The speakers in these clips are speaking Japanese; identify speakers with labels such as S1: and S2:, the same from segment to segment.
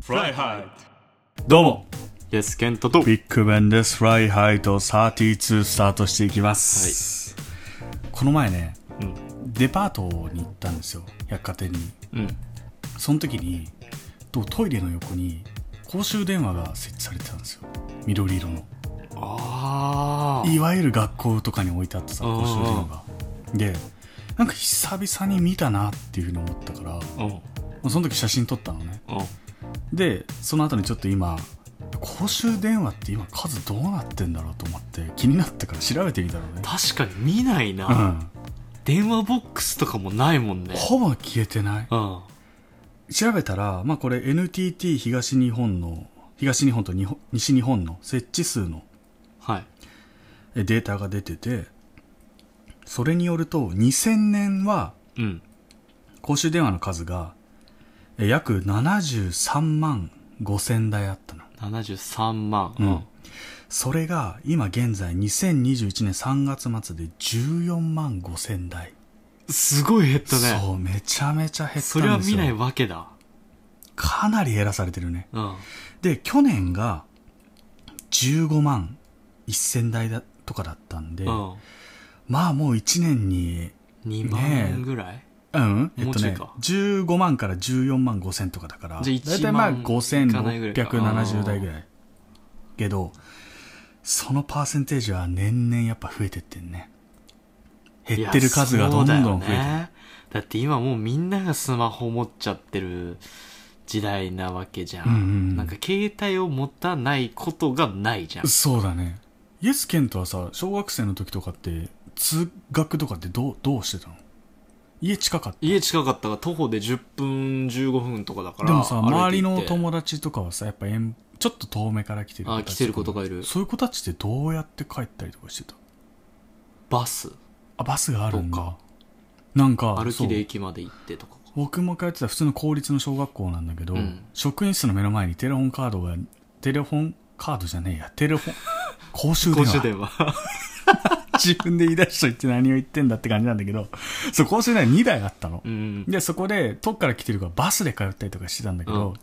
S1: フライハイ
S2: どうも
S1: イエスケントと
S2: ビッグベンですフライハイと32スタートしていきます、この前ね
S1: うん
S2: デパートに行ったんですよ百貨店に
S1: うん
S2: その時にとトイレの横に公衆電話が設置されてたんですよ緑色の
S1: ああ
S2: いわゆる学校とかに置いてあったさ
S1: うんうん
S2: 公衆電話がでなんか久々に見たなっていうふうに思ったから
S1: うん
S2: その時写真撮ったのね
S1: うん
S2: でその後にちょっと今公衆電話って今数どうなってんだろうと思って気になったから調べてみたのね
S1: 確かに見ないうな、
S2: ん
S1: 電話ボックスとかもないもんね
S2: ほぼ消えてない
S1: うん
S2: 調べたら、まあ、これ NTT 東日本の東日本と日本西日本の設置数の
S1: はい
S2: えデータが出ててそれによると2000年は
S1: うん
S2: 公衆電話の数がえ約73万5000台あったの
S1: 73万
S2: うんそれが今現在2021年3月末で14万5000台
S1: すごい減ったね
S2: そうめちゃめちゃ減ったんです
S1: そ
S2: よ
S1: れは見ないわけだ
S2: かなり減らされてるね
S1: うん
S2: で去年が15万1000台だとかだったんで、
S1: うん
S2: まあもう1年に
S1: 2
S2: ねえ
S1: 万ぐらい、
S2: うんえっ
S1: もう
S2: と
S1: ちょい
S2: ね
S1: か
S2: 15万から14万5000とかだから
S1: じゃあ1万
S2: 大体まあ
S1: いかないぐらいか
S2: 5670台ぐ
S1: あ
S2: らいけどそのパーセンテージは年々やっぱ増えてってんね減ってる数がどんどん増えて
S1: い
S2: る
S1: やそうだよねだって今もうみんながスマホ持っちゃってる時代なわけじゃん,、
S2: うんうんうん
S1: なんか携帯を持たないことがないじゃん
S2: そうだねイエスケントはさ小学生の時とかって通学とかってどうどうしてたの家近かった
S1: 家近かったから徒歩で10分15分とかだから
S2: でもさ
S1: 歩いて行って
S2: 周りの友達とかはさやっぱ遠ちょっと遠目から来てる子たち
S1: あ来てる子とかいる
S2: そういう子たちってどうやって帰ったりとかしてた
S1: バス
S2: あバスがあるん
S1: そ
S2: だなんか
S1: 歩きで
S2: そう
S1: 駅まで行ってとかか
S2: 僕も通ってた普通の公立の小学校なんだけど、
S1: うん
S2: 職員室の目の前にテレホンカードがテレホンカードじゃねえやテ レホン公衆電
S1: 公
S2: 話
S1: 衆電 話
S2: 自分で言い出しといて何を言ってんだって感じなんだけどそう公衆電話2台あったの、
S1: うん
S2: でそこで遠くから来てるからバスで通ったりとかしてたんだけど、
S1: うん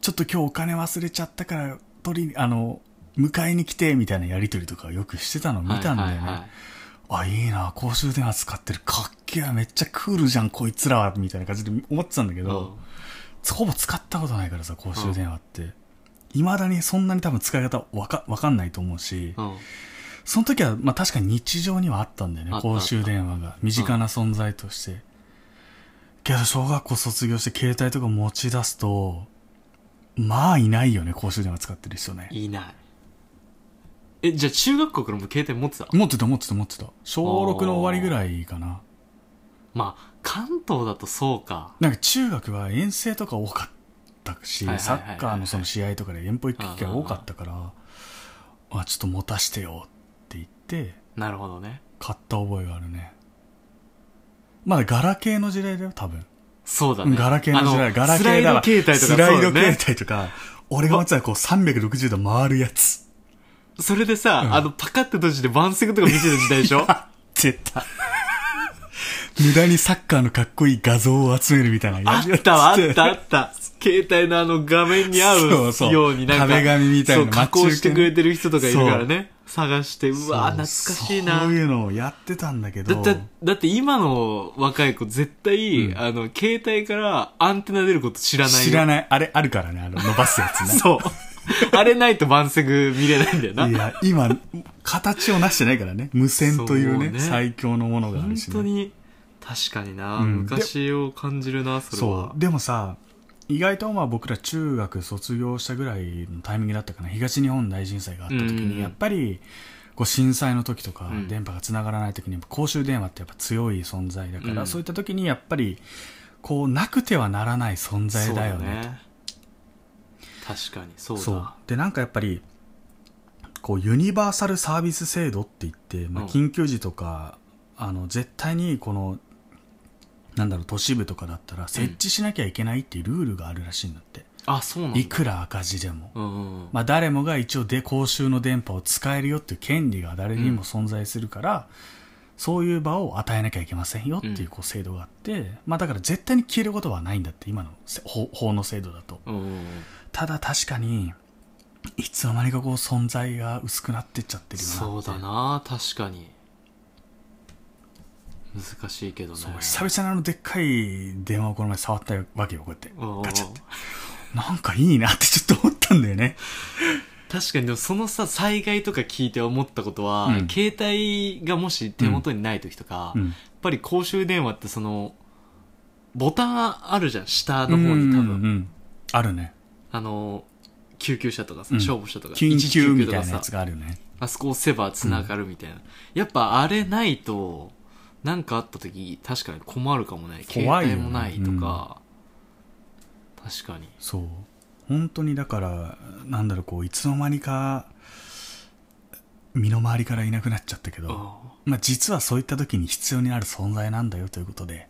S2: ちょっと今日お金忘れちゃったから取りにあの迎えに来てみたいなやり取りとかよくしてたの見たんだよね、
S1: はいはいはい
S2: あいいな公衆電話使ってるかっけえめっちゃクールじゃんこいつらはみたいな感じで思ってたんだけ
S1: う
S2: ど、
S1: ん
S2: ほぼ使ったことないからさ公衆電話っていま、未だにそんなに多分使い方わかわかんないと思うし、
S1: うん
S2: その時は、まあ、確かに日常にはあったんだよ
S1: あ
S2: ね
S1: っ。た
S2: 公衆電話が。身近な存在として。けど、小学校卒業して携帯とか持ち出すと、まあ、いないよね、公衆電話使ってる人ね。
S1: いないえじゃあ中学校からもう携帯持ってた
S2: 持ってた、持ってた、持ってた。小6の終わりぐらいかな。
S1: まあ関東だとそうか
S2: なんか中学は遠征とか多かったし
S1: はい、はい
S2: サ
S1: はいは
S2: ッ
S1: い
S2: カーのその試合とかで遠方行く機会多かったから、まあ、ちょっと持たしてよって言って、
S1: なるほどね
S2: 買った覚えがあるね。まだガラケーの時代だよ、多分。
S1: そうだ
S2: うん
S1: ね
S2: ガラケーの時
S1: あ
S2: 代、ガラケーだわ
S1: スライド携帯とか
S2: スライド
S1: そうだよね
S2: 携帯とか、 俺が持ってたらこう360度回るやつ。
S1: それでさ、
S2: うん
S1: あのパカって閉じて晩酌とか見せた時代でしょ
S2: 絶対。 無駄にサッカーのかっこいい画像を集めるみたいな
S1: あ
S2: やつ
S1: ったわ、あった、あった。携帯のあの画面に合
S2: そう
S1: う
S2: そう
S1: ようになんか、
S2: 壁紙みたいな
S1: そう、
S2: 待ち受
S1: 加
S2: けね
S1: 工してくれてる人とかいるからね。探して、うわ懐かしいな。
S2: そういうのをやってたんだけ
S1: だ
S2: ど。
S1: だだって今の若い子絶対、
S2: うん
S1: あの、携帯からアンテナ出ること知らないよ。
S2: 知ら
S1: な
S2: ない。あれ、あるからね、あの、伸ばすやつね。
S1: そう。あれないと晩酌見れないんだよな。
S2: いや、今、形をなしてないからね。無線という
S1: そう
S2: ね、
S1: ね
S2: 最強のものがあ
S1: 本
S2: るしね。
S1: 当に、確かにな、
S2: うん
S1: 昔を感じるな、それ
S2: そ
S1: は。
S2: うでもさ意外とまあ僕ら中学卒業したぐらいのタイミングだったかな東日本大震災があった時
S1: うんうんう
S2: に
S1: ん
S2: やっぱりこう震災の時とか
S1: うん
S2: 電波がつながらない時に公衆電話ってやっぱ強い存在だから、
S1: うん
S2: そういった時にやっぱりこうなくてはならない存在だよ
S1: そう
S2: ね。
S1: 確かにそうだ
S2: そうでなんかやっぱりこうユニバーサルサービス制度って言って、まあ、
S1: うん
S2: 緊急時とか、あの絶対にこのなんだろう都市部とかだったら設置しなきゃいけないっていうルールがあるらしいんだって、
S1: あそうなんだ
S2: いくら赤字でも、
S1: うんうんうん
S2: まあ、誰もが一応で公衆の電波を使えるよっていう権利が誰にも存在するから、そういう場を与えなきゃいけませんよっていううんこう制度があって、まあ、だから絶対に消えることはないんだって今のせ法法の制度だと
S1: うんうんうん
S2: ただ確かに、いつの間にかこう存在が薄くなってっちゃってるよなって。
S1: そうだな確かに難しいけどね
S2: そう。久々にあのでっかい電話をこの前触ったわけよ、こうやって。
S1: うん
S2: ガチャって。なんかいいなってちょっと思ったんだよね。
S1: 確かにでもそのさ災害とか聞いて思ったことは、
S2: うん
S1: 携帯がもし手元にない時とか、
S2: う
S1: やっ
S2: ん。
S1: ぱり公衆電話ってそのボタンあるじゃん下の方に多
S2: うん
S1: 分、
S2: うんうんあるね。
S1: あの救急車とかさ、
S2: うん
S1: 消防車とか
S2: 緊急
S1: 119
S2: み
S1: と
S2: た
S1: か
S2: いなや
S1: さ
S2: つがあるよね。
S1: あそこ押せば繋がるみたいな、やっぱあれないと何かあった時確かに困るかもね
S2: 怖いよね
S1: 携帯もないとか、確かに
S2: そう。本当にだから、なんだろう、こう、いつの間にか、身の回りからいなくなっちゃったけど、
S1: あ
S2: まあ実はそういった時に必要になる存在なんだよということで、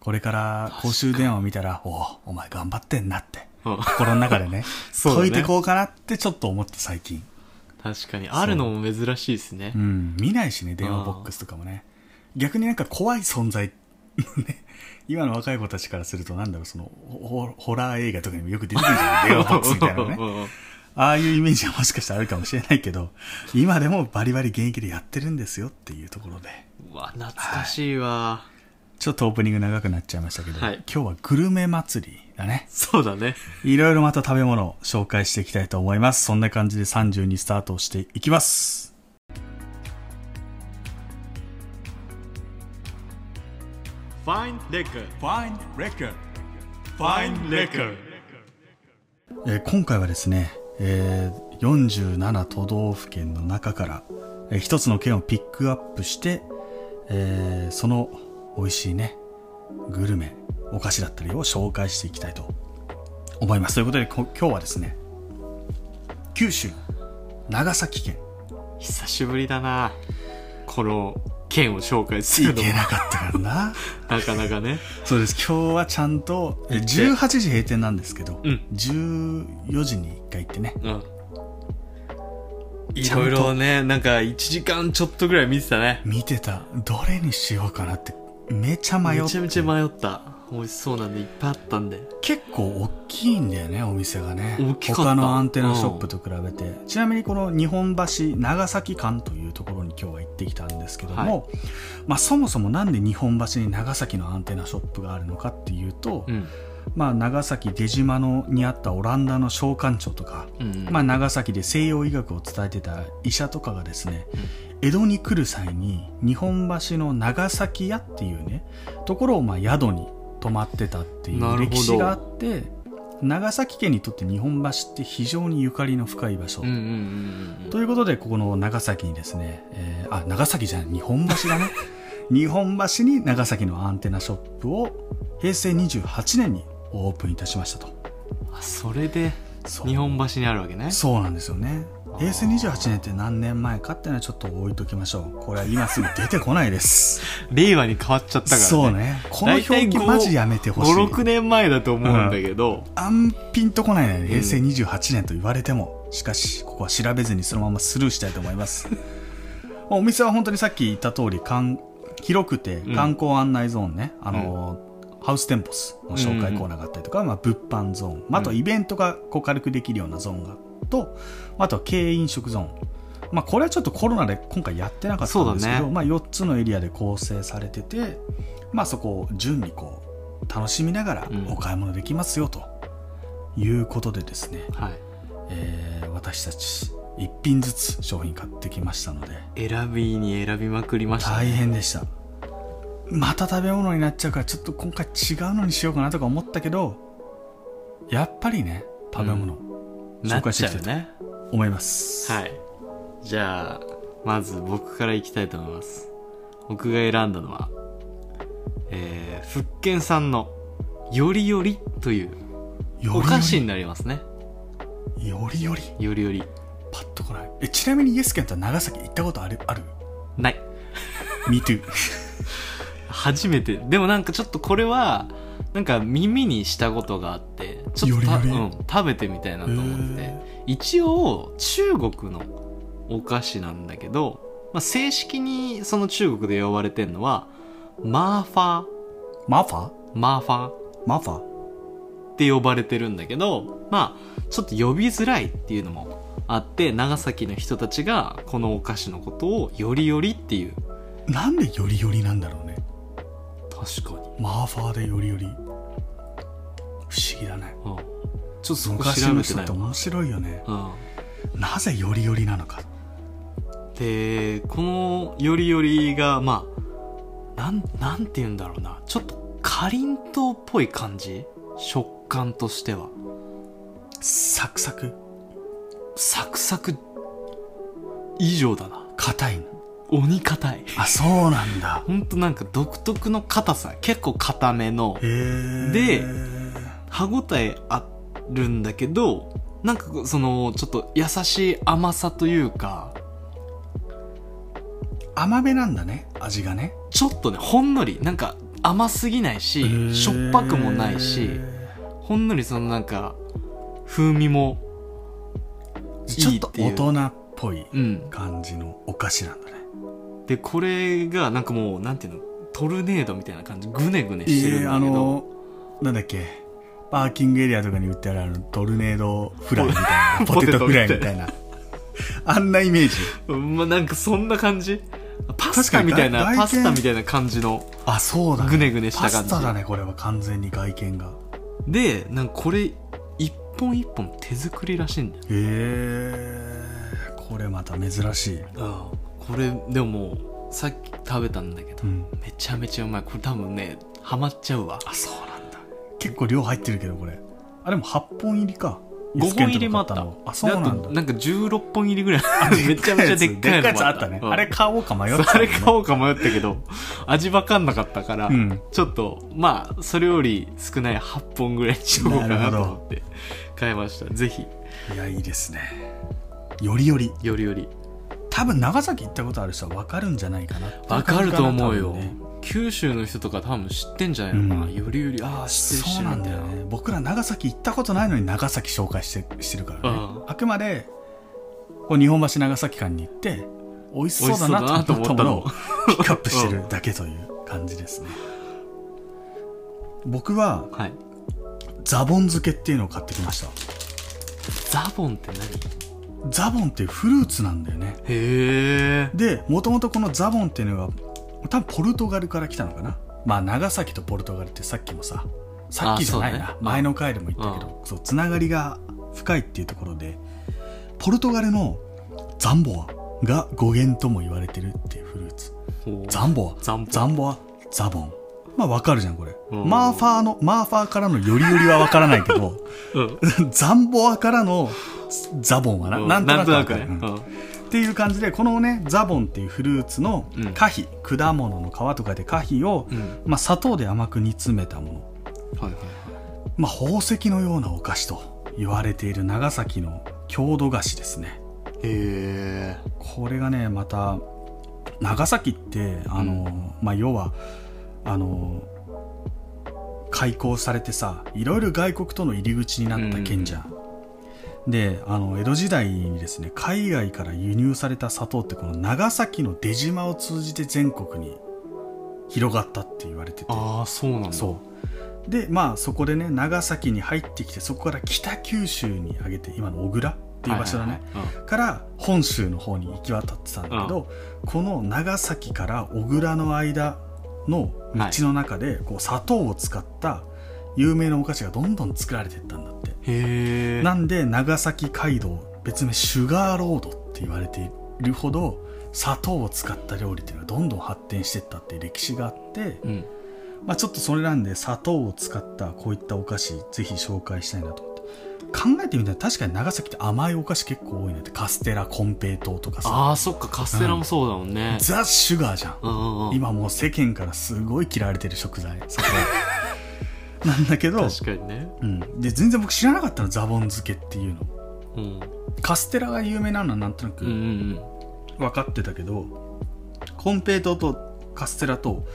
S2: これから公衆電話を見たら、おうお前頑張ってんなって、
S1: あうん
S2: 心の中でね、
S1: そうだ
S2: 解
S1: ね
S2: いてこうかなってちょっと思った最近。
S1: 確かにあるのも珍しいですね
S2: うん、見ないしね、電話ボックスとかもね。逆になんか怖い存在のね、今の若い子たちからするとなんだろう、その、ホホラー映画とかにもよく出てくるじ ゃん、電話ボックスみたいなのね。
S1: ね
S2: ああいうイメージはもしかしたらあるかもしれないけど、今でもバリバリ現役でやってるんですよっていうところで。
S1: うわ懐かしいわ、
S2: ちょっとオープニング長くなっちゃいましたけど、
S1: はい
S2: 今日はグルメ祭りだね。
S1: そうだね
S2: いろいろまた食べ物を紹介していきたいと思います。そんな感じで32スタートしていきます。
S1: Fine Liquor
S2: Fine Record Fine Liquor えー今回はですね、えー47都道府県の中から、えー一つの県をピックアップして、えーその美味しいねグルメお菓子だったりを紹介していきたいと思いますということでこ今日はですね九州長崎県
S1: 久しぶりだなこの県を紹介する
S2: 行
S1: の
S2: け
S1: も
S2: なかったからな
S1: なかなかね
S2: そうです今日はちゃんとえー18時閉店なんですけど、
S1: うん
S2: 14時に1回行ってね
S1: うんい
S2: ちゃんと
S1: ろいろねなんか1時間ちょっとぐらい見てたね
S2: 見てたどれにしようかなってめちゃ迷って
S1: めちゃめちゃ迷った美味しそうなんでいっぱいあったんで
S2: 結構大きいんだよねお店がね
S1: 大きかった
S2: 他のアンテナショップと比べて、ちなみにこの日本橋長崎館というところに今日は行ってきたんですけども、まあ、そもそもなんで日本橋に長崎のアンテナショップがあるのかっていうと、
S1: うん
S2: まあ、長崎出島のにあったオランダの商館庁とか、
S1: うん
S2: まあ、長崎で西洋医学を伝えてた医者とかがですね、江戸に来る際に日本橋の長崎屋っていうねところをまあ宿に泊まってたってい
S1: な
S2: う
S1: るほど
S2: 歴史があって長崎県にとって日本橋って非常にゆかりの深い場所、
S1: うんうんうんうん
S2: ということでここの長崎にですね、えーあ長崎じゃない日本橋だね 日本橋に長崎のアンテナショップを平成28年にオープンいたしましたと
S1: あそれで
S2: そう
S1: 日本橋にあるわけね
S2: そうなんですよね
S1: あー
S2: 平成28年って何年前かっていうのはちょっと置いときましょうこれは今すぐ出てこないです
S1: 令和に変わっちゃったからね
S2: そうねこの表記
S1: 大体
S2: マジやめてほしい
S1: 56年前だと思うんだけど、
S2: あんぴんとこないね平成28年と言われても、しかしここは調べずにそのままスルーしたいと思います お店は本当にさっき言った通りかん広くて
S1: うん
S2: 観光案内ゾーンね、あのハウステンポスの紹介コーナーがあったりとか、まあ、物販ゾーン、まあ、あとイベントがこう軽くできるようなゾーンがとあとは軽飲食ゾーン、まあ、これはちょっとコロナで今回やってなかったんですけ
S1: そ
S2: ど、
S1: うだね
S2: まあ、4つのエリアで構成されてて、まあ、そこを順にこう楽しみながら
S1: うん
S2: お買い物できますよということでですね、
S1: はい、
S2: えー私たち1品ずつ商品買ってきましたので
S1: 選びに選びまくりました、
S2: 大
S1: ね、
S2: 変でしたまた食べ物になっちゃうからちょっと今回違うのにしようかなとか思ったけどやっぱりね食べ物、
S1: な
S2: 紹
S1: っ
S2: 介し
S1: ち
S2: て
S1: ゃ
S2: きて
S1: うね
S2: 思います、
S1: はいじゃあまず僕からいきたいと思います僕が選んだのはえー、福建産のよりよりという
S2: より
S1: お
S2: より
S1: 菓子になりますね
S2: よりより
S1: よりより
S2: パッと来ないえちなみにイエスケンとは長崎行ったことあるある
S1: ない
S2: ?Me too
S1: 初めてでもなんかちょっとこれはなんか耳にしたことがあってちょっとた
S2: よりより
S1: うん、食べてみたいなと思って
S2: へ
S1: 一応中国のお菓子なんだけど、まあ、正式にその中国で呼ばれてるのはマーファー
S2: マファ
S1: マーファー
S2: マファ
S1: って呼ばれてるんだけどまあちょっと呼びづらいっていうのもあって長崎の人たちがこのお菓子のことをよりよりっていう
S2: なんでよりよりなんだろうね
S1: 確かに
S2: マーファーでよりより不思議だね
S1: うんちょっとそこ
S2: 昔
S1: 調
S2: の
S1: べて
S2: 人
S1: な
S2: っ
S1: い
S2: て
S1: わ
S2: 面白いよね
S1: うん
S2: なぜよりよりなのか
S1: でこのよりよりがまあなんなんて言うんだろうなちょっとかりんとうっぽい感じ食感としては
S2: サクサク
S1: サクサク以上だな
S2: 硬いの
S1: 鬼硬い
S2: あそうなんだ
S1: ほんとなんか独特の硬さ結構硬めの
S2: へえ
S1: で歯ごたえあるんだけどなんかこうそのちょっと優しい甘さというか
S2: 甘めなんだね味がね
S1: ちょっとねほんのりなんか甘すぎない
S2: へ
S1: し
S2: ー
S1: しょっぱくもないしほんのりそのなんか風味も
S2: ちょっと
S1: いい
S2: 大
S1: っていう
S2: 人っぽい
S1: うん
S2: 感じのお菓子なんだね
S1: でこれがなんかもうなんていうのトルネードみたいな感じグネグネしてるん
S2: ええ
S1: だ
S2: あ
S1: けど、
S2: のなんだっけパーキングエリアとかに売ってあるあのトルネードフライみたいなポ
S1: ポ
S2: テ
S1: テ
S2: ト
S1: ト
S2: フ
S1: み
S2: ラ
S1: た
S2: イ
S1: い
S2: み
S1: な
S2: たいなあんなイメージ
S1: まあ、なんかそんな感じパ
S2: 確か
S1: スタ
S2: に
S1: みたいな
S2: 外
S1: パスタ
S2: 外見
S1: みたいな感じの
S2: あそうだね
S1: グネグネした
S2: パ
S1: 感じ
S2: スタだねこれは完全に外見が
S1: でなんかこれ一本一本手作りらしいんだよ、
S2: へえこれまた珍しい、
S1: これでももうさっき食べたんだけど、
S2: うん、
S1: めちゃめちゃうまいこれ多分ねハマっちゃうわ
S2: あそうなんだ結構量入ってるけどこれあでも8本入りか
S1: 5本入りもあった
S2: ユースケンとか買のあそうなん
S1: であ
S2: だ
S1: となんか16本入りぐらいめちゃめちゃ でっか
S2: で
S1: いの
S2: っかいやつあったね、
S1: うん
S2: あれ買おうか迷っ
S1: そう
S2: た
S1: あれ買おうか迷ったけど味わかんなかったから、
S2: うん
S1: ちょっとまあそれより少ない8本ぐらいにしようかなと思って買いましたぜひ
S2: いやいいですねよりより
S1: よりより
S2: 多分長崎行ったことある人は分かるんじゃないかな
S1: わかると思うよ、
S2: 多分ね
S1: 九州の人とか多分知ってんじゃないのかな、
S2: うん
S1: よりよりああ知ってる
S2: そうなんだよね僕ら長崎行ったことないのに長崎紹介してしてるからね
S1: うん
S2: あくまでこう日本橋長崎間に行って美味しそうだなと思ったものを
S1: 美味
S2: ピックアップしてるだけという感じですね僕は
S1: はい
S2: ザボン漬けっていうのを買ってきました
S1: ザボンって何
S2: ザボンっていうフルーツなんだよね
S1: へえ
S2: でもともとこのザボンっていうのが多分ポルトガルから来たのかなまあ長崎とポルトガルってさっきもささっきじゃない
S1: あ
S2: な、
S1: そうね
S2: 前の回でも言ったけど、そうつながりが深いっていうところでポルトガルのザンボアが語源とも言われてるっていうフルーツザンボア
S1: ザンボア
S2: ザンボアザボンまあわかるじゃんこれ
S1: うん
S2: マーファーのマーファーからのよりよりはわからないけ ど
S1: うん
S2: ザンボアからのザボンはな,、
S1: うん
S2: なんとなくわか
S1: ね
S2: る、
S1: う
S2: うん
S1: ん
S2: っていう感じでこのねザボンっていうフルーツの
S1: うん
S2: 果皮、果物の皮とかで果皮を、
S1: うん
S2: まあ、砂糖で甘く煮詰めたもの、
S1: はいはいはい
S2: まあ、宝石のようなお菓子と言われている長崎の郷土菓子ですね
S1: へえ
S2: これがねまた長崎ってあの、まあ、要はあの開港されてさいろいろ外国との入り口になった県じゃん、であの江戸時代にですね海外から輸入された砂糖ってこの長崎の出島を通じて全国に広がったって言われてて
S1: ああそうなんだ
S2: そうでまあそこでね長崎に入ってきてそこから北九州に上げて今の小倉っていう場所だね、
S1: はいはいはい
S2: から本州の方に行き渡ってたんだけど、この長崎から小倉の間の道の中でこう砂糖を使った有名なお菓子がどんどん作られていったんだって、
S1: うんへえ
S2: なんで長崎街道別名シュガーロードって言われているほど砂糖を使った料理っていうのはどんどん発展していったっていう歴史があって、
S1: うん
S2: まあ、ちょっとそれなんで砂糖を使ったこういったお菓子ぜひ紹介したいなと思って考えてみたら確かに長崎って甘いお菓子結構多いねってカステラコンペイトーとかさ
S1: ああそっかカステラもそうだもんね
S2: ザ・シュガーじゃん
S1: うんうんうん
S2: 今もう世間からすごい嫌われてる食材そこ なんだけど、
S1: 確かにね
S2: うん、で全然僕知らなかったのザボン漬けっていうの
S1: うん
S2: カステラが有名なのはなんとな
S1: うんう
S2: く
S1: ん
S2: 分かってたけど、コンペイトーとカステラと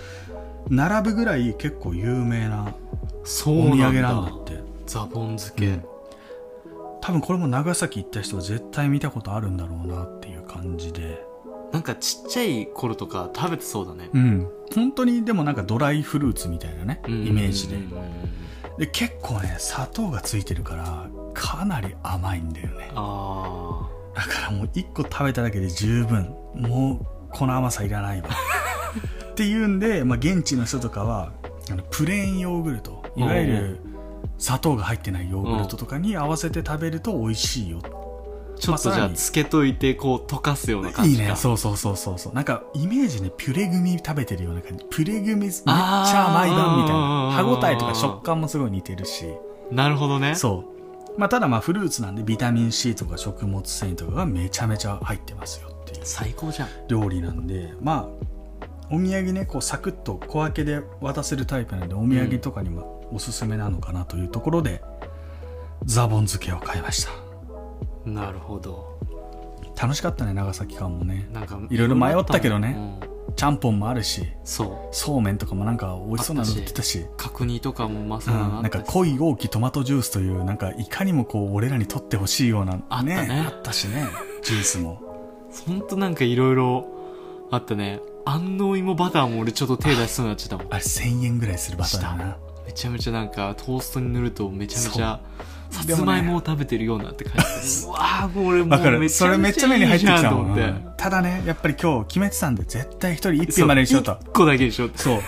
S2: 並ぶぐらい結構有名な
S1: うんそ
S2: お土
S1: うな
S2: 産
S1: ん
S2: なんだ
S1: だ
S2: って
S1: ザボン漬け
S2: 多分これも長崎行った人は絶対見たことあるんだろうなっていう感じで
S1: なんかちっちゃい頃とか食べてそうだね
S2: うん本当にでもなんかドライフルーツみたいなねイメージで
S1: うんうんうんうん
S2: で結構ね砂糖がついてるからかなり甘いんだよね
S1: あ
S2: だからもう1個食べただけで十分もうこの甘さいら ないわっていうんで、まあ、現地の人とかはあのプレーンヨーグルトいわゆ
S1: うんう
S2: る砂糖が入ってないヨーグルトとかに合わせて食べると美味しいよ
S1: ーちょっとじゃあつけといてこう溶かすような感
S2: いい
S1: じか
S2: ねそうそうそうそうそうなんかイメージねピュレ組食べてるような感じピュレ組めっちゃ甘い版みたいな
S1: あ
S2: 歯
S1: ー
S2: ごたえとか食感もすごい似てるし
S1: なるほどね
S2: そうまあただまあフルーツなんでビタミン C とか食物繊維とかがめちゃめちゃ入ってますよっていう
S1: 最高じゃん
S2: 料理なんでまあお土産ねこうサクッと小分けで渡せるタイプなんでお土産とかにもおすすめなのかなというところで、ザボン漬けを買いました
S1: なるほど
S2: 楽しかったね長崎間もね
S1: なんか
S2: いろいろ迷ったけどね
S1: うん
S2: ちゃんぽんもあるし
S1: そう
S2: そうめんとかもなんか美味しそうなの売ってたし
S1: 角煮とかもうま
S2: う
S1: そ
S2: ん
S1: うだな
S2: なんか濃い大きいトマトジュースというなんかいかにもこう俺らにとってほしいような
S1: あったね
S2: あったしねジュースも
S1: ほんとなんかいろいろあったね安納芋バターも俺ちょっと手出しそうになっちゃったもん
S2: あれ1000円ぐらいするバターだな
S1: めちゃめちゃなんかトーストに塗るとめちゃめちゃ
S2: そ
S1: さ
S2: う
S1: つまいもを食食べてるようなって感じでうわあこれも
S2: わか
S1: う
S2: る
S1: めち
S2: それ
S1: ゃ
S2: めっ
S1: め
S2: ち
S1: ち
S2: ゃ
S1: ゃ
S2: 目に入
S1: いい
S2: って
S1: じ
S2: き
S1: ゃん
S2: た
S1: と
S2: もん
S1: 思って
S2: うんただねやっぱり今日決めてたんで絶対一人一
S1: そう
S2: 品までにしようと
S1: 一個だけでしょって
S2: そう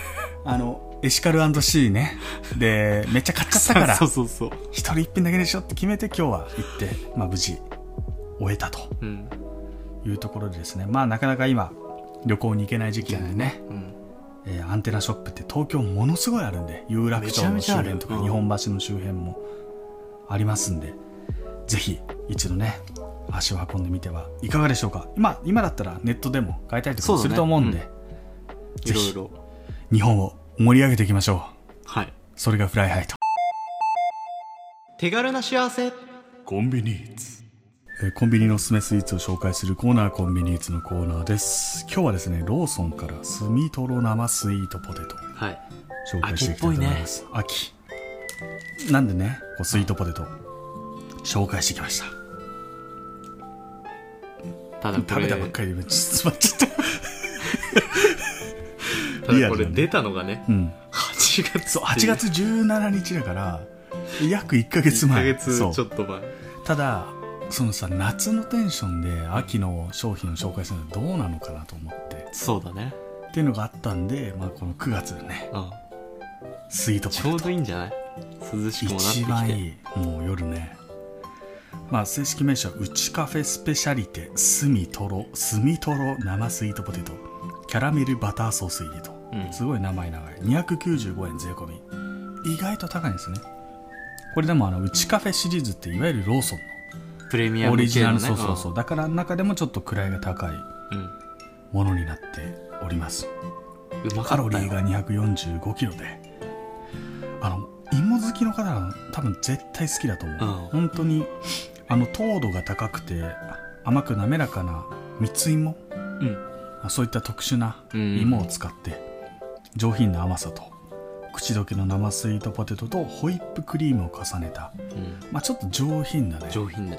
S2: あのエシカル &C ねでめっちゃ買っちゃった から
S1: そうそうそう、
S2: 一人一品だけでしょって決めて今日は行って、まあ、無事終えたと
S1: うん
S2: いうところでですねまあなかなか今旅行に行けない時期なんでね、
S1: うん、
S2: えーアンテナショップって東京ものすごいあるんで有楽町の
S1: めち
S2: 周
S1: ゃめちゃある
S2: 辺と
S1: う
S2: か
S1: ん
S2: 日本橋の周辺もありますんで、ぜひ一度ね足を運んでみてはいかがでしょうか今今だったらネットでも買いたりとか
S1: そう
S2: も
S1: だ
S2: す
S1: ね
S2: ると思うんで、
S1: い
S2: ぜ
S1: ろ
S2: ひ
S1: いろ
S2: 日本を盛り上げていきましょう
S1: はい
S2: それがフライハイと、
S1: 手軽な幸せ
S3: コンビニーツ
S2: えーコンビニのおすすめスイーツを紹介するコーナーコンビニーツのコーナーです今日はですねローソンからスミトロ生スイートポテト
S1: はい
S2: 紹介していきたいと思います秋,、なんでねこうスイートポテト紹介してきました
S1: ただこ
S2: 食
S1: れ
S2: べたばっかりで実はちょっと
S1: ただこ
S2: リアル
S1: れ
S2: だね
S1: 出たのがね
S2: うん
S1: 8月っていう
S2: そう8月17日だから約1ヶ月
S1: 1ヶ
S2: 前
S1: 月ち
S2: そ
S1: ょ
S2: う
S1: っと前
S2: ただそのさ夏のテンションで秋の商品を紹介するのはどうなのかなと思って
S1: そうだね、
S2: っていうのがあったんで、まあ、この9月ね
S1: うん、
S2: スイートポ
S1: ちょ
S2: テ
S1: う
S2: ト
S1: どいいんじゃない涼しくもなってき
S2: 一
S1: て
S2: 番いいもう夜ねまあ正式名称はうちカフェスペシャリテスミトロスミトロ生スイートポテトキャラメルバターソース入りと、
S1: うん
S2: すごい名前長い295円税込み意外と高いんですねこれでもあのうちカフェシリーズっていわゆるローソン
S1: プレミア
S2: のオ
S1: ム
S2: リジ
S1: 系
S2: ナ
S1: の
S2: ル、
S1: ね
S2: そうそうそうだから中でもちょっと位が高い
S1: うん、
S2: ものになっております
S1: うんうまか
S2: カ
S1: ったよ
S2: ロリーが245キロであの芋好きの方は多分絶対好きだと思う、
S1: うん
S2: 本当にあの糖度が高くて甘く滑らかな蜜芋
S1: うん
S2: あそういった特殊な
S1: うん
S2: 芋を使って上品な甘さと口どけの生スイートポテトとホイップクリームを重ねた、
S1: うん
S2: まあ、ちょっと上品なね
S1: 上品な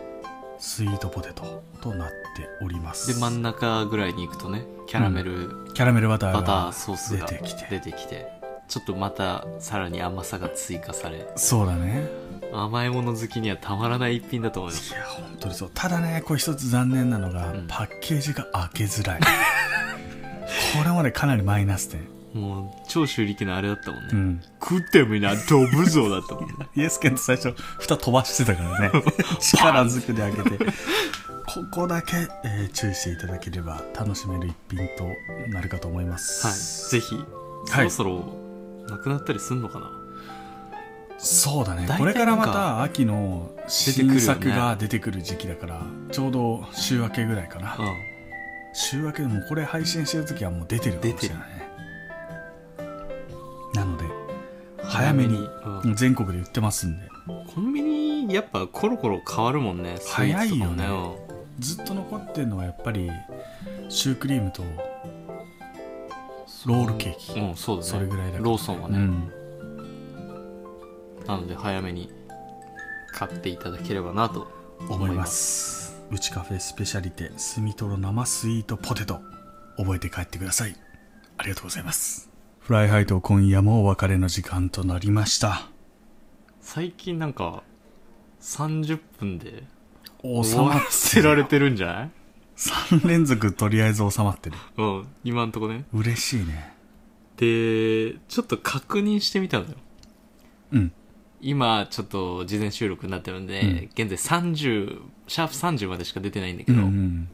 S2: スイートポテトとなっております
S1: で真ん中ぐらいに行くとねキャラメル
S2: キャラメルバター
S1: バター
S2: が
S1: ソースが
S2: 出てきて
S1: 出てきてちょっとまたさらに甘さが追加され
S2: そうだね
S1: 甘いもの好きにはたまらない一品だと思います
S2: いや本当にそうただねこれ一つ残念なのが、
S1: うん
S2: パッケージが開けづらい これまでかなりマイナス点
S1: もう長州力のあれだったもんね、
S2: うん
S1: 食ってみな飛ぶぞだったもんね
S2: イエスケンと最初蓋飛ばしてた からね力ずくで開けてここだけ、えー注意していただければ楽しめる一品となるかと思いま
S1: はい
S2: す
S1: ぜひそ
S2: はい
S1: ろそろなくなったりすんのかな、
S2: そうだね
S1: 大体
S2: これから
S1: なん
S2: ま
S1: か
S2: た秋の新作が出てくる時期だから、ちょうど週明けぐらいかな、
S1: う
S2: 週明けでもうこれ配信してる時はもう出てるかもしれないねなので
S1: ん
S2: 早めに
S1: うん
S2: 全国で売ってますんで
S1: コンビニやっぱコロコロ変わるもんねスイーツとかも
S2: 早いよずっと残ってるのはやっぱりシュークリームとロールケーキ、
S1: うんそうだね
S2: それぐらいだから
S1: ローソンは
S2: う
S1: ね、
S2: ん
S1: なので早めに買っていただければなと
S2: 思
S1: 思
S2: い
S1: い
S2: ま
S1: ます
S2: すうちカフェスペシャリテスミトロ生スイートポテト覚えて帰ってくださいありがとうございますフライハイと今夜もお別れの時間となりました
S1: 最近なんか30分で
S2: お
S1: 終
S2: 収ま
S1: わ
S2: っ
S1: ら
S2: て
S1: せら
S2: る
S1: れてるんじゃない
S2: 3連続とりあえず収まってる
S1: うん、今んとこね。
S2: 嬉しいね
S1: で、ちょっと確認してみたのよ。
S2: うん
S1: 今、ちょっと事前収録になってるんで、
S2: うん
S1: 現在30、シャープ30までしか出てないんだけ
S2: うん
S1: ど、
S2: うん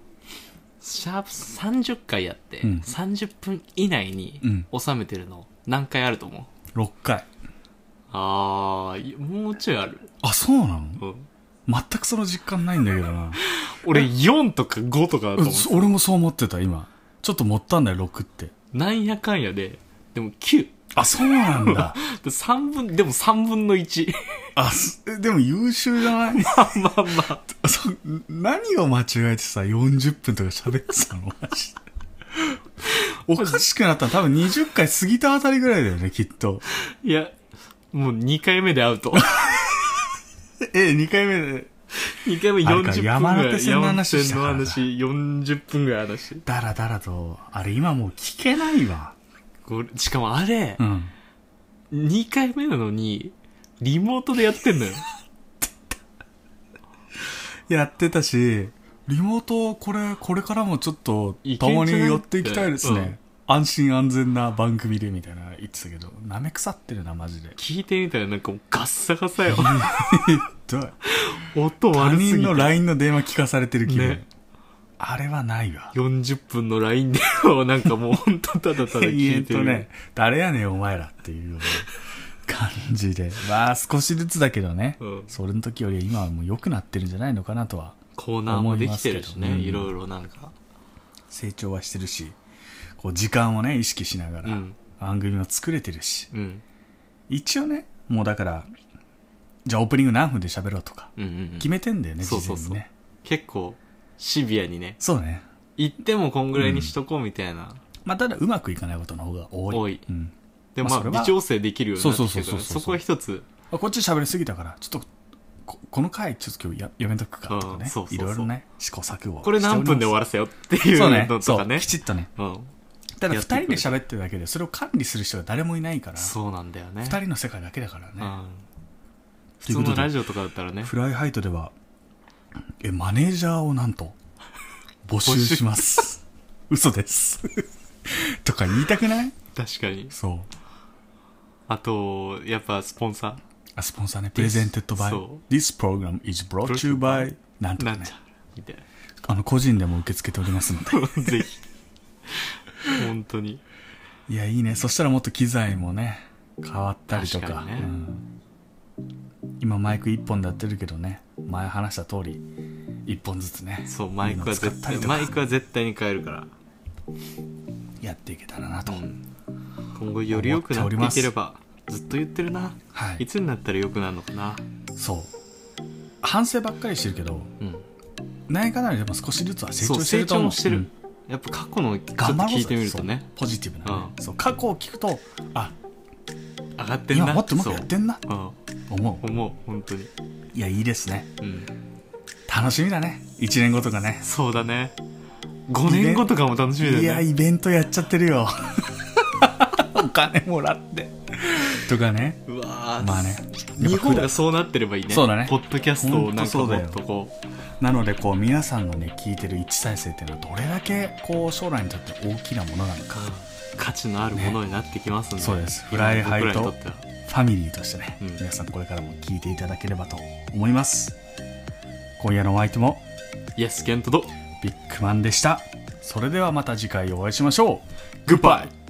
S1: シャープ30回やって、
S2: うん
S1: 30分以内に
S2: うん
S1: 収めてるの何回あると思う、
S2: 6回
S1: あー、もうちょいある。
S2: あそうなの
S1: うん
S2: 全くその実感ないんだけど な
S1: 俺4とか5とかだ
S2: う
S1: と思
S2: ん
S1: う。
S2: 俺もそう思ってた今ちょっと持ったんだよ6って
S1: なんやかんやで、でも9。
S2: あそうなんだ
S1: で3分、でも3分の1。
S2: あすえでも優秀じゃない
S1: まあまあまあ。
S2: そ何を間違えてさ40分とか喋ってたのマジでおかしくなったの多分20回過ぎたあたりぐらいだよねきっと
S1: いや、もう2回目でアウト。
S2: え2回目で
S1: 2回目40分ぐらい。
S2: あれか山手線の話したからだ
S1: 山手線の話、40分ぐらい話。
S2: だらだらとあれ今もう聞けないわ
S1: これしかもあれ、
S2: うん
S1: 2回目なのに、リモートでやってん のよ。
S2: やってたし、リモート、これ、これからもちょっと、たまに寄っていきたいです
S1: いけんじゃない
S2: ね。安心安全な番組で、みたいな言ってたけど、舐め腐ってるな、マジで。
S1: 聞いてみたらなんかもうガッサ ガサよ。
S2: どう
S1: 音
S2: 他
S1: 悪す
S2: 人
S1: ぎ
S2: の
S1: て。
S2: LINE の電話聞かされてる気分。
S1: ね
S2: あれはないわ。
S1: 40分の LINE でもなんかもうほんとただただ聞
S2: 延
S1: い
S2: 々
S1: て
S2: と
S1: る。
S2: ね、誰やねん、お前らっていうような感じで。まあ、少しずつだけどね、
S1: うん
S2: それの時よりは今はもう良くなってるんじゃないのかなとは。
S1: コーナーもできてるしね、
S2: 思いますけ
S1: い
S2: どうん
S1: ろいろなんか。
S2: 成長はしてるし、こう、時間をね、意識しなが
S1: う
S2: ら、
S1: ん。
S2: 番組も作れてるし。
S1: うん。
S2: 一応ねもうだからじゃあオープニング何分で喋ろうとか
S1: うんうんう
S2: 決
S1: ん。
S2: めてんだよね、
S1: そう
S2: 事
S1: そう
S2: 前
S1: そう
S2: にね
S1: 結構シビアにね、
S2: そうね
S1: 言ってもこんぐらいにしとこうみたいな。
S2: まあただうまくいかないことの方が多い
S1: 多い
S2: うん、
S1: でも
S2: ま
S1: ま
S2: あ
S1: あ
S2: それは
S1: 微調整できるようになってきてる
S2: そうそうそう
S1: から
S2: そうそう
S1: そこは一つ
S2: あこっち喋りすぎたからちょっとここの回ちょっと今日ややめとくかとか
S1: うん
S2: ね
S1: そうそうそう
S2: いろいろね試行錯誤
S1: これ何分で終わ
S2: る
S1: らせよっていう
S2: そうね
S1: のと
S2: そ
S1: か
S2: う
S1: ね
S2: きちっとね
S1: そう,、ん、
S2: ただ
S1: や
S2: 2
S1: ってくれ
S2: 人で喋ってるだけでそれを管理する人が誰もいないから
S1: そうなんだよね
S2: 2人の世界だけだから
S1: う
S2: ね、
S1: ん、普
S2: という
S1: 通
S2: ことで
S1: のラジオとかだったらね
S2: フライハイトではえマネージャーをなんと募集します嘘ですとか言いたくない
S1: 確かに
S2: そう
S1: あとやっぱスポンサ
S2: あスポンサーね、プレゼンテッドバイ
S1: そ。
S2: This program is brought to you by なん
S1: ー
S2: とか
S1: なん
S2: ね
S1: ちゃ。らみたい
S2: あの、個人でも受け付けておりますので。
S1: なぜひ本当に
S2: いや、いいね。そしたらもっと機材もね、変わったりとか。
S1: 確かにね
S2: うん今、マイク1本でやってるけどね、前話した通り、1本ずつね、
S1: そうマイクは
S2: 使っ
S1: 絶
S2: たり
S1: 対
S2: とか
S1: マイクは絶対に変えるから、
S2: やっていけたらなと。
S1: 今後より良くなっていければずっと言ってるな、
S2: はい
S1: いつになったら良くなるのかな
S2: そう。反省ばっかりしてるけど、
S1: うん
S2: ないかなりでも少しずつは成
S1: そう
S2: 長して
S1: 成
S2: ると
S1: 長
S2: 思う。
S1: もしてる、
S2: うん
S1: やっぱ過去のちょっと
S2: 頑張ろうぜ
S1: 聞いてみるとね
S2: そうポジティブなね、
S1: う
S2: そう過去を聞くとあ
S1: 上がってんな
S2: 今もっともっとやってんな
S1: そううん
S2: 思う
S1: 思う本当に
S2: いやいいですね
S1: うん
S2: 楽しみだね1年後とかね
S1: そうだね5年後とかも楽しみだよね
S2: いやイベントやっちゃってるよ お金もらってとかね
S1: うわー
S2: まあね
S1: 日本がそうなってればいいね
S2: そうだね
S1: ポッドキャストをな
S2: ほん
S1: んか
S2: とそう
S1: も
S2: だよ
S1: っとこ
S2: なのでこう皆さんのね聞いてる一再生っていうのはどれだけこう将来にとって大きなものなの
S1: う
S2: か
S1: 価値のあるものになってきますんで、
S2: ねそうですフライハイと
S1: 僕らにとっては
S2: ファミリーとしてね、
S1: うん
S2: 皆さんこれからも聞いていただければと思います今夜のお相手も
S1: イエスケントと
S2: ビッグマンでしたそれではまた次回お会いしましょう
S1: グッバイ